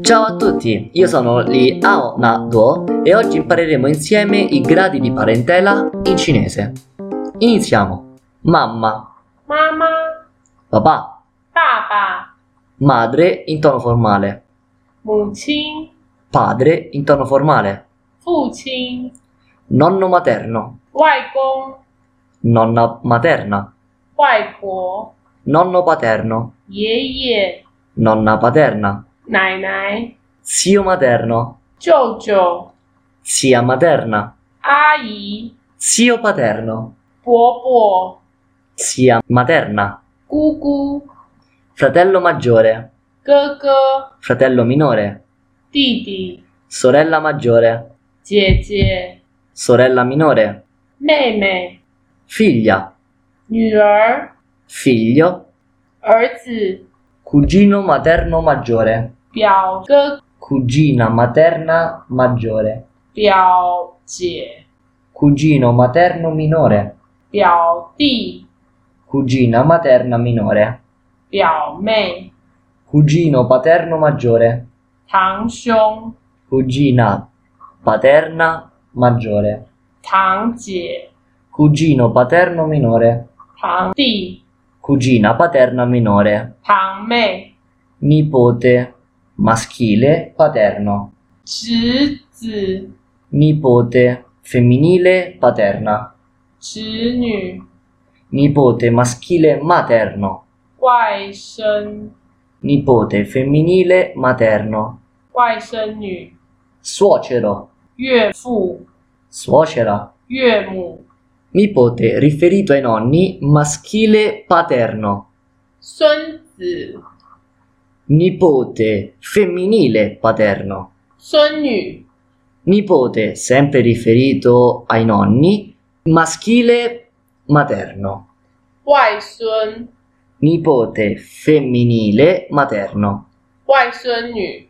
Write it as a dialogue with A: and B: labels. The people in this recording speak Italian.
A: Ciao a tutti, io sono Li Ao Na Duo e oggi impareremo insieme i gradi di parentela in cinese. Iniziamo. Mamma,
B: 妈妈、
A: papà,
B: 爸爸、
A: madre in tono formale,
B: 母亲、
A: padre in tono formale,
B: 父亲、
A: nonno materno,
B: 外公、
A: nonna materna,
B: 外婆、
A: nonno paterno,
B: 爷爷、
A: nonna paterna,
B: 奶奶、
A: zio materno,
B: 舅舅、
A: zia materna,
B: 阿姨、
A: zio paterno,
B: 伯伯、
A: zia materna,
B: 姑姑、
A: fratello maggiore,
B: 哥哥、
A: fratello minore,
B: 弟弟、
A: sorella maggiore.
B: 姐姐、
A: sorella minore,
B: 妹妹、
A: figlia,
B: 女儿、
A: figlio,
B: 儿子、
A: cugino materno maggiore,
B: 表哥、
A: cugina materna maggiore,
B: 表姐、
A: cugino materno minore,
B: 表弟、
A: cugina materna minore,
B: 表妹、
A: cugino paterno maggiore,
B: 堂兄、
A: cugina paterna maggiore,
B: 堂姐。
A: cugino paterno minore,
B: 堂弟、
A: cugina paterna minore,
B: 堂妹、
A: nipote maschile paterno,
B: 侄子、
A: nipote femminile paterna.
B: 侄女、
A: nipote maschile materno,
B: 外甥、
A: nipote femminile materno,
B: 外甥女、
A: suocero,
B: 岳父、
A: suocera,
B: 岳母、
A: nipote riferito ai nonni maschile paterno,
B: 孙子、
A: nipote femminile paterno,
B: 孙女、
A: nipote sempre riferito ai nonni maschile materno,
B: 外孙、
A: nipote femminile materno,
B: 外孙女、